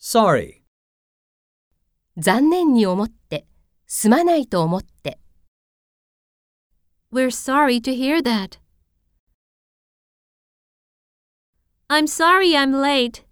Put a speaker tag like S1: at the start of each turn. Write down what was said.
S1: Sorry.
S2: 残念に思って、すまないと思って。We're sorry to hear that. I'm sorry I'm late.